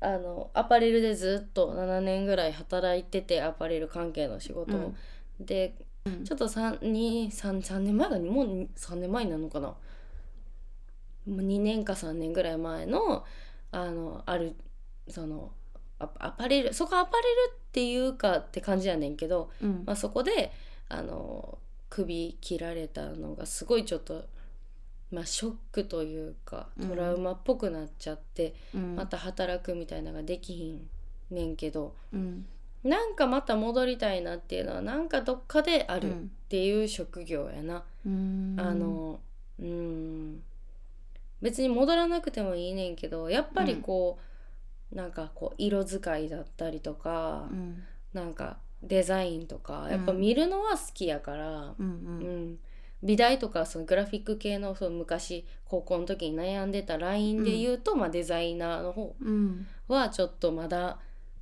Speaker 1: あのアパレルでずっと7年ぐらい働いててアパレル関係の仕事を、で
Speaker 2: うん
Speaker 1: ちょっと323年前がもう3年前になるのかな2年か3年ぐらい前のあのあるそのアアパレルそこアパレルっていうかって感じやねんけど
Speaker 2: うん
Speaker 1: まあ、そこであの首切られたのがすごいちょっと、まあ、ショックというか
Speaker 2: うん
Speaker 1: トラウマっぽくなっちゃって、
Speaker 2: うん
Speaker 1: また働くみたいなのができひんねんけど
Speaker 2: うん
Speaker 1: なんかまた戻りたいなっていうのはなんかどっかであ
Speaker 2: う
Speaker 1: るっ
Speaker 2: ん
Speaker 1: ていう職業やな。
Speaker 2: うん
Speaker 1: あのうん別に戻らなくてもいいねんけどやっぱりこう、なんかこう色使いだったりとか
Speaker 2: う、ん
Speaker 1: なんかデザインとか
Speaker 2: ん
Speaker 1: やっぱ見るのは好きやから、
Speaker 2: う
Speaker 1: うん
Speaker 2: ん
Speaker 1: 美大とかそのグラフィック系のその昔高校の時に悩んでたラインで言うと、まあ、デザイナーの方
Speaker 2: うん
Speaker 1: はちょっとまだ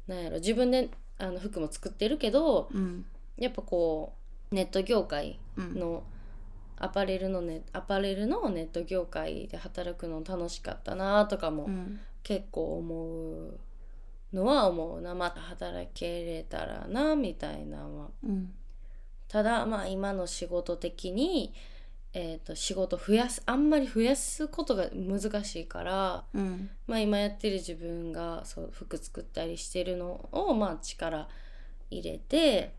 Speaker 1: なんやろ自分であの服も作ってるけど
Speaker 2: うん
Speaker 1: やっぱこうネット業界
Speaker 2: うん
Speaker 1: のアパレルのねアパレルのネット業界で働くの楽しかったなとかも
Speaker 2: うん
Speaker 1: 結構思うのは思うなまた働けれたらなみたいなのは
Speaker 2: うん
Speaker 1: ただまあ今の仕事的に、えー、と仕事増やすあんまり増やすことが難しいから、
Speaker 2: うん
Speaker 1: まあ、今やってる自分がそう服作ったりしてるのをまあ力入れて、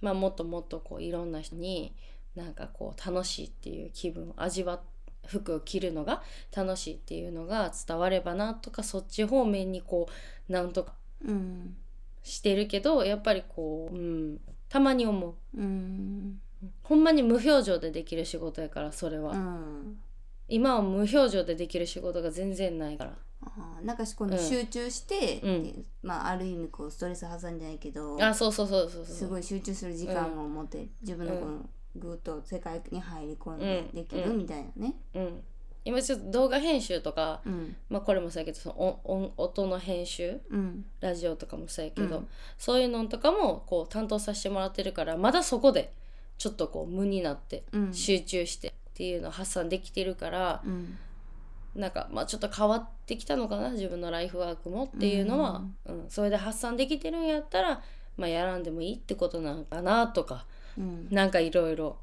Speaker 1: まあ、もっともっとこういろんな人になんかこう楽しいっていう気分を味わっ服を着るのが楽しいっていうのが伝わればなとかそっち方面にこうなんとか
Speaker 2: うん
Speaker 1: してるけどやっぱりこう、うん、たまに思う。
Speaker 2: うん
Speaker 1: ほんまに無表情でできる仕事やからそれは、
Speaker 2: うん
Speaker 1: 今は無表情でできる仕事が全然ないから
Speaker 2: あーなんかしこ
Speaker 1: う
Speaker 2: の
Speaker 1: ん
Speaker 2: 集中して、って
Speaker 1: うん
Speaker 2: いうまあある意味こうストレス発散じゃないけど
Speaker 1: あそうそうそうそうそう
Speaker 2: すごい集中する時間を持って、自分のこのぐっと世界に入り込んで
Speaker 1: うん
Speaker 2: できるみたいなね。
Speaker 1: うん、今ちょっと動画編集とか、
Speaker 2: うん
Speaker 1: まあ、これもそうやけどその音音音の編集
Speaker 2: うん
Speaker 1: ラジオとかもそうやけど、
Speaker 2: うん
Speaker 1: そういうのとかもこう担当させてもらってるからまだそこでちょっとこう無になって
Speaker 2: うん
Speaker 1: 集中してっていうのを発散できてるから、
Speaker 2: うん
Speaker 1: なんかまあちょっと変わってきたのかな自分のライフワークもっていうのは、うんそれで発散できてるんやったら、まあ、やらんでもいいってことなのかなとか
Speaker 2: うん
Speaker 1: なんかいろいろ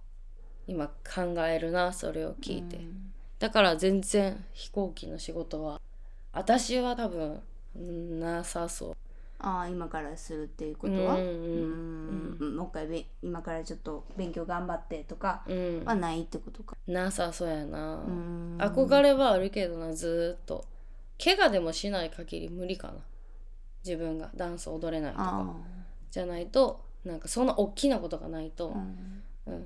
Speaker 1: 今考えるなそれを聞いて、
Speaker 2: うん
Speaker 1: だから全然飛行機の仕事は私は多分うんなさそう
Speaker 2: ああ今からするっていうことは、
Speaker 1: うん
Speaker 2: うんもう一回べ今からちょっと勉強頑張ってとか
Speaker 1: うん
Speaker 2: はないってことか。
Speaker 1: なさそうやな、
Speaker 2: うん
Speaker 1: 憧れはあるけどなずーっと怪我でもしない限り無理かな自分がダンス踊れないとか
Speaker 2: あ
Speaker 1: じゃないとなんかそんな大きなことがない
Speaker 2: あ
Speaker 1: と
Speaker 2: う、ん
Speaker 1: うん、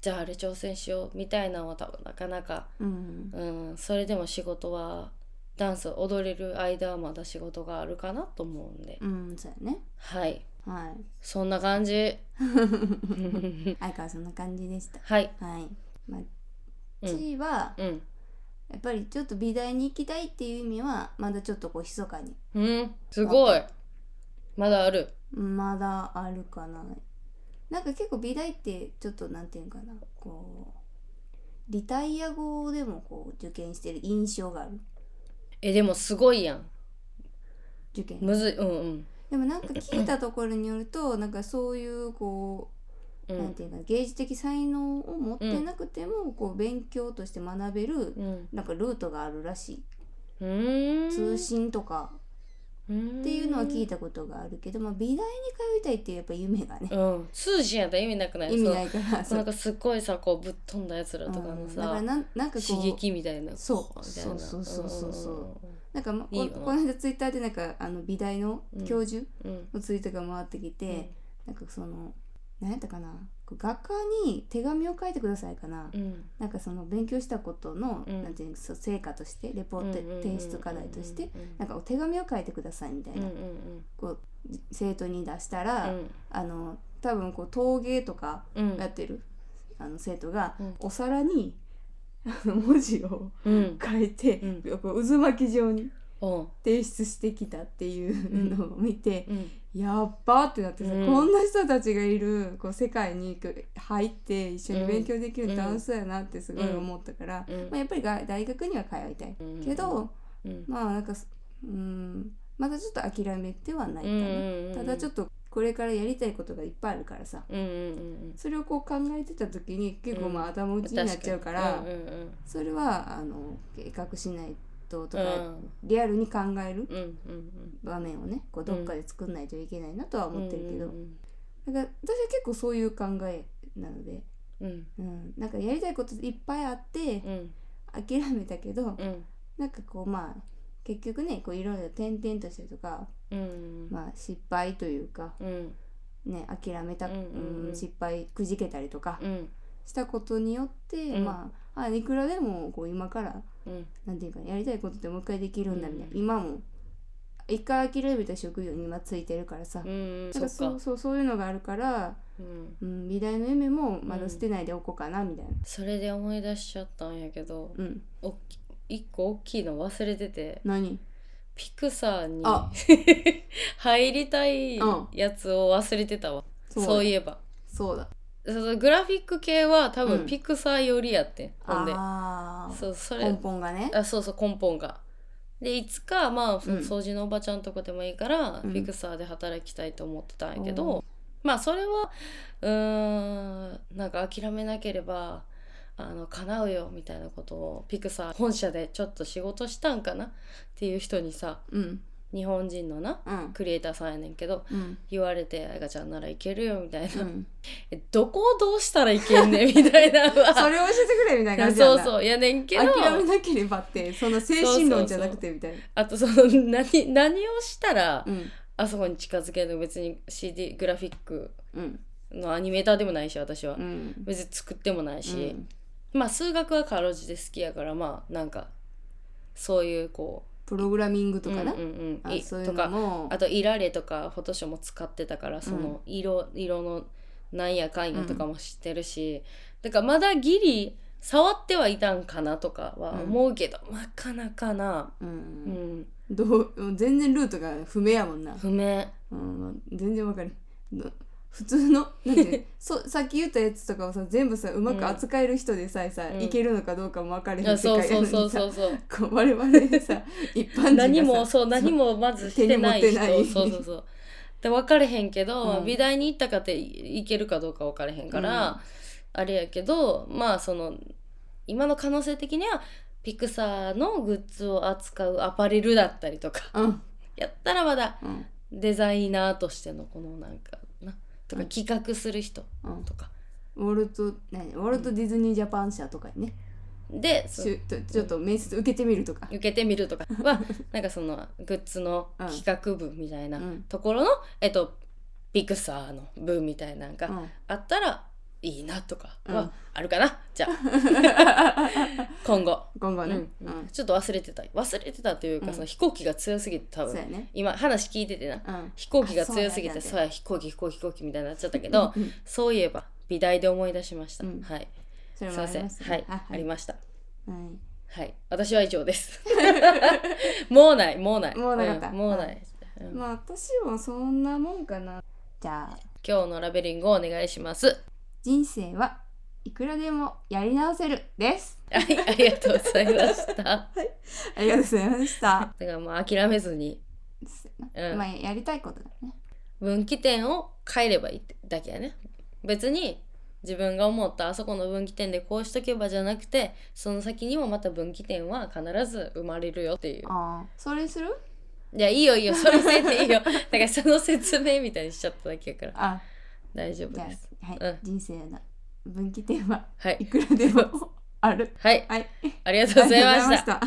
Speaker 1: じゃああれ挑戦しようみたいなのは多分なかなか、
Speaker 2: うん
Speaker 1: うん、それでも仕事はダンス踊れる間はまだ仕事があるかなと思うんで、
Speaker 2: うんそうやね。
Speaker 1: はい
Speaker 2: はい
Speaker 1: そんな感
Speaker 2: <laughs>
Speaker 1: じ
Speaker 2: 相川そんな感じでした。
Speaker 1: はい
Speaker 2: はい。まあ、
Speaker 1: うん
Speaker 2: 地位は、
Speaker 1: うん
Speaker 2: やっぱりちょっと美大に行きたいっていう意味はまだちょっとこう密かに
Speaker 1: うんすごいまだある
Speaker 2: まだあるかななんか結構美大ってちょっとなんていうんかなこうリタイア後でもこう受験してる印象がある
Speaker 1: えでもすごいやん
Speaker 2: 受験
Speaker 1: むずいうんうん
Speaker 2: でもなんか聞いたところによるとなんかそういうこ
Speaker 1: う
Speaker 2: う、なん
Speaker 1: ん
Speaker 2: ていうか芸術的才能を持ってなくても、こう勉強として学べる
Speaker 1: うん
Speaker 2: なんかルートがあるらしい、
Speaker 1: うーん
Speaker 2: 通信とか
Speaker 1: っ
Speaker 2: っていうのは聞い
Speaker 1: た
Speaker 2: たことがあるけど、まあ、美大に通いたいっていうやっぱ夢がね
Speaker 1: うん通信やったら意味なくない
Speaker 2: 意味ないから
Speaker 1: そう
Speaker 2: そ
Speaker 1: なん
Speaker 2: う
Speaker 1: かすっごいさこうぶっ飛んだやつら
Speaker 2: うん
Speaker 1: とかの
Speaker 2: だから
Speaker 1: さ
Speaker 2: なんなんかこう
Speaker 1: 刺激みたいな
Speaker 2: そう
Speaker 1: こみたいな
Speaker 2: そうそうそうそなんかま
Speaker 1: いいよな
Speaker 2: ここの間ツイッターでなんかあの美大の教授
Speaker 1: うんうん
Speaker 2: のツイートが回ってきて、
Speaker 1: うん
Speaker 2: なんかその何やったかなこう学科に手紙を書いてくださいかな、
Speaker 1: うん
Speaker 2: なんかその勉強したことの、
Speaker 1: うん
Speaker 2: なんていうのそう成果としてレポート、
Speaker 1: うんうんうん
Speaker 2: 提出課題として、
Speaker 1: うん
Speaker 2: なんかお手紙を書いてくださいみたい
Speaker 1: うん
Speaker 2: な、
Speaker 1: うんうん
Speaker 2: こう生徒に出したら、
Speaker 1: うん
Speaker 2: あの多分こう陶芸とか
Speaker 1: うん
Speaker 2: やってる、あの生徒が、
Speaker 1: うん
Speaker 2: お皿にあの文字を
Speaker 1: うん
Speaker 2: 書いて、
Speaker 1: う
Speaker 2: こう渦巻き状に
Speaker 1: うん
Speaker 2: 提出してきたっていうのを見て、
Speaker 1: うん
Speaker 2: やっばってなってさ、
Speaker 1: うん
Speaker 2: こんな人たちがいるこう世界にこう入って一緒に勉強できるって
Speaker 1: うん
Speaker 2: 楽しそうやなってすごい思ったから、
Speaker 1: うん
Speaker 2: まあ、やっぱりが大学には通いたいけど、
Speaker 1: うん、
Speaker 2: まあなんかすうんまだちょっと諦めてはないかな、ただちょっ
Speaker 1: と、
Speaker 2: とこれからやりたいことがいっぱいあるからさ
Speaker 1: うんうんうん
Speaker 2: それをこう考えてた時に結構ま
Speaker 1: う
Speaker 2: あ頭打ちになっちゃうから、
Speaker 1: うんうん
Speaker 2: それはあの計画しないとと
Speaker 1: うん、
Speaker 2: か、リアルに考える
Speaker 1: うんうんうん、
Speaker 2: 場面をねこうどっかで作んないといけないなとは思ってるけど、
Speaker 1: うん
Speaker 2: なんか私は結構そういう考えなので、
Speaker 1: うん
Speaker 2: うん、なんかやりたいこといっぱいあって
Speaker 1: うん
Speaker 2: 諦めたけ
Speaker 1: う
Speaker 2: ど、
Speaker 1: ん
Speaker 2: なんかこうまあ結局ねこういろいろ転々としてとか、
Speaker 1: うん
Speaker 2: まあ、失敗というか、
Speaker 1: うん
Speaker 2: ね、諦めた、
Speaker 1: うんうんうん
Speaker 2: うん失敗くじけたりとか
Speaker 1: うん
Speaker 2: したことによって、
Speaker 1: ん
Speaker 2: まああいくらでもこう今から
Speaker 1: うん
Speaker 2: なんていうかやりたいことってもう一回できるんだみたいな、
Speaker 1: うん
Speaker 2: 今も一回諦めた職業に今ついてるからさ、
Speaker 1: うん
Speaker 2: なん
Speaker 1: そ
Speaker 2: かそ
Speaker 1: っ
Speaker 2: う
Speaker 1: か
Speaker 2: そうそういうのがあるから、
Speaker 1: うん
Speaker 2: うん、美大の夢もまだ捨てないでおこうかなみたいな。
Speaker 1: それで思い出しちゃったんやけど
Speaker 2: うん、
Speaker 1: おっき一個大きいの忘れてて
Speaker 2: 何
Speaker 1: ピクサーに
Speaker 2: あ
Speaker 1: <laughs> 入りたい
Speaker 2: うん
Speaker 1: やつを忘れてたわ、
Speaker 2: そう
Speaker 1: そう
Speaker 2: う
Speaker 1: いえば
Speaker 2: そうだ
Speaker 1: そのグラフィック系は多
Speaker 2: うん
Speaker 1: 分ピクサー寄りやってん、ほんで
Speaker 2: あー
Speaker 1: そうそれ
Speaker 2: 根本がね
Speaker 1: あそうそう根本がでいつかまあその
Speaker 2: うん
Speaker 1: 掃除のおばちゃんとかでもいいから、
Speaker 2: うん
Speaker 1: ピクサーで働きたいと思ってたんやけ
Speaker 2: お
Speaker 1: ど、まあそれはうーんなんか諦めなければあの叶うよみたいなことをピクサー本社でちょっと仕事したんかなっていう人にさ
Speaker 2: うん
Speaker 1: 日本人のな
Speaker 2: うん
Speaker 1: クリエイターさんやねんけど
Speaker 2: うん
Speaker 1: 言われて「あやかちゃんならいけるよ」みたいな <laughs>
Speaker 2: う、ん
Speaker 1: えどこをどうしたらいけんねんみたいな
Speaker 2: <laughs> それを教えてくれみたいな感じや
Speaker 1: そ
Speaker 2: ん
Speaker 1: う
Speaker 2: な
Speaker 1: そうやねんけど
Speaker 2: 諦めなければってその精神論じゃなくてみたいな
Speaker 1: あとその <laughs> 何何をしたら
Speaker 2: うん
Speaker 1: あそこに近づけるの別に CD グラフィック
Speaker 2: うん
Speaker 1: のアニメーターでもないし私は、
Speaker 2: うん
Speaker 1: 別に作ってもないし、まあ数学はかろうじて好きやからまあなんかそういうこ
Speaker 2: プログラミング
Speaker 1: う
Speaker 2: とかな、
Speaker 1: うんうんうん、
Speaker 2: あ
Speaker 1: い
Speaker 2: そういう
Speaker 1: と
Speaker 2: の
Speaker 1: か
Speaker 2: も
Speaker 1: あとイラレとかフォトショーも使ってたからその色,、色のなんやかんやとかも知ってるし、だからまだギリ触ってはいたんかなとかは思うけど、なかなかな、
Speaker 2: う、
Speaker 1: うんん、
Speaker 2: どう全然ルートが不明やもんな、 <laughs>
Speaker 1: 不明
Speaker 2: うん、全然わかる普
Speaker 1: <laughs>
Speaker 2: 通のなんていうそうさっき言ったやつとかをさ全部さうまく扱える人でさえさ、
Speaker 1: うん
Speaker 2: いけるのかどうかも分かれへ
Speaker 1: あ
Speaker 2: ん
Speaker 1: そう
Speaker 2: や
Speaker 1: そう
Speaker 2: の
Speaker 1: そう
Speaker 2: に
Speaker 1: そ
Speaker 2: さ
Speaker 1: うそう
Speaker 2: こう我々
Speaker 1: <laughs>
Speaker 2: さ一般人がさ
Speaker 1: 何もそう何もまずしてない
Speaker 2: 手
Speaker 1: 人
Speaker 2: に持ってない
Speaker 1: そうそうそうで分かれへんけど、
Speaker 2: うん
Speaker 1: 美大に行ったかっていけるかどうか分かれへんから、
Speaker 2: うん
Speaker 1: あれやけどまあその今の可能性的にはピクサーのグッズを扱うアパレルだったりとか <laughs>
Speaker 2: うん
Speaker 1: やったらまだ
Speaker 2: うん
Speaker 1: デザイナーとしてのこのなんかなと
Speaker 2: う
Speaker 1: か
Speaker 2: ん
Speaker 1: 企画する人
Speaker 2: うん
Speaker 1: とか、
Speaker 2: ウォルト何ウォルト・ディズニー・ジャパン社とかにね、
Speaker 1: でそ
Speaker 2: しゅとちょっと面接受けてみるとか、
Speaker 1: 受けてみるとか
Speaker 2: <laughs>
Speaker 1: はなんかそのグッズの企画部みたいな
Speaker 2: うん
Speaker 1: ところの、えっとピクサーの部みたいなんが <laughs>
Speaker 2: うん
Speaker 1: あったらいいなとか
Speaker 2: うん
Speaker 1: はあるかな、じゃあ今後、
Speaker 2: 今後
Speaker 1: う
Speaker 2: ね、
Speaker 1: ん
Speaker 2: うん
Speaker 1: ちょっと忘れてた忘れてたというか、
Speaker 2: うん
Speaker 1: その飛行機が強すぎて多
Speaker 2: そうや
Speaker 1: 分
Speaker 2: ね、
Speaker 1: 今話聞いててな
Speaker 2: うん、
Speaker 1: 飛行機が強すぎて
Speaker 2: あ
Speaker 1: そうや飛行機飛行機飛行機みたいになっちゃったけ
Speaker 2: うん
Speaker 1: ど
Speaker 2: うん
Speaker 1: そういえば美大で思い出しました、
Speaker 2: うん
Speaker 1: はいす
Speaker 2: それ
Speaker 1: い
Speaker 2: もあ
Speaker 1: ませ
Speaker 2: り
Speaker 1: ん
Speaker 2: ますね
Speaker 1: はい
Speaker 2: あは
Speaker 1: あ
Speaker 2: い
Speaker 1: りました
Speaker 2: はい
Speaker 1: はい、私は以上です。 <laughs> もうない、もうない。
Speaker 2: もうなかった
Speaker 1: んもうない、うん
Speaker 2: まあ私もそんなもんかなじゃあ
Speaker 1: 今日のラベリングをお願いします。
Speaker 2: 人生はいくらでもやり直せるです
Speaker 1: はい、ありがとうございました。だか
Speaker 2: ありがとうございました、
Speaker 1: らもう諦めずに <laughs> うん
Speaker 2: まあやりたいことだね
Speaker 1: 分岐点を変えればいいってだけやね。別に自分が思ったあそこの分岐点でこうしとけばじゃなくてその先にもまた分岐点は必ず生まれるよっていう
Speaker 2: ああそれする
Speaker 1: いやいいよいい
Speaker 2: <laughs>
Speaker 1: よそれせんでいいよだからその説明みたいにしちゃっただけやから
Speaker 2: あ
Speaker 1: 大丈
Speaker 2: じ
Speaker 1: 夫
Speaker 2: ゃ
Speaker 1: です
Speaker 2: あはい、
Speaker 1: うん
Speaker 2: 人生の分岐点は <laughs>
Speaker 1: はいい
Speaker 2: くらでもある
Speaker 1: はい <laughs>
Speaker 2: はい
Speaker 1: ありがとうございました
Speaker 2: た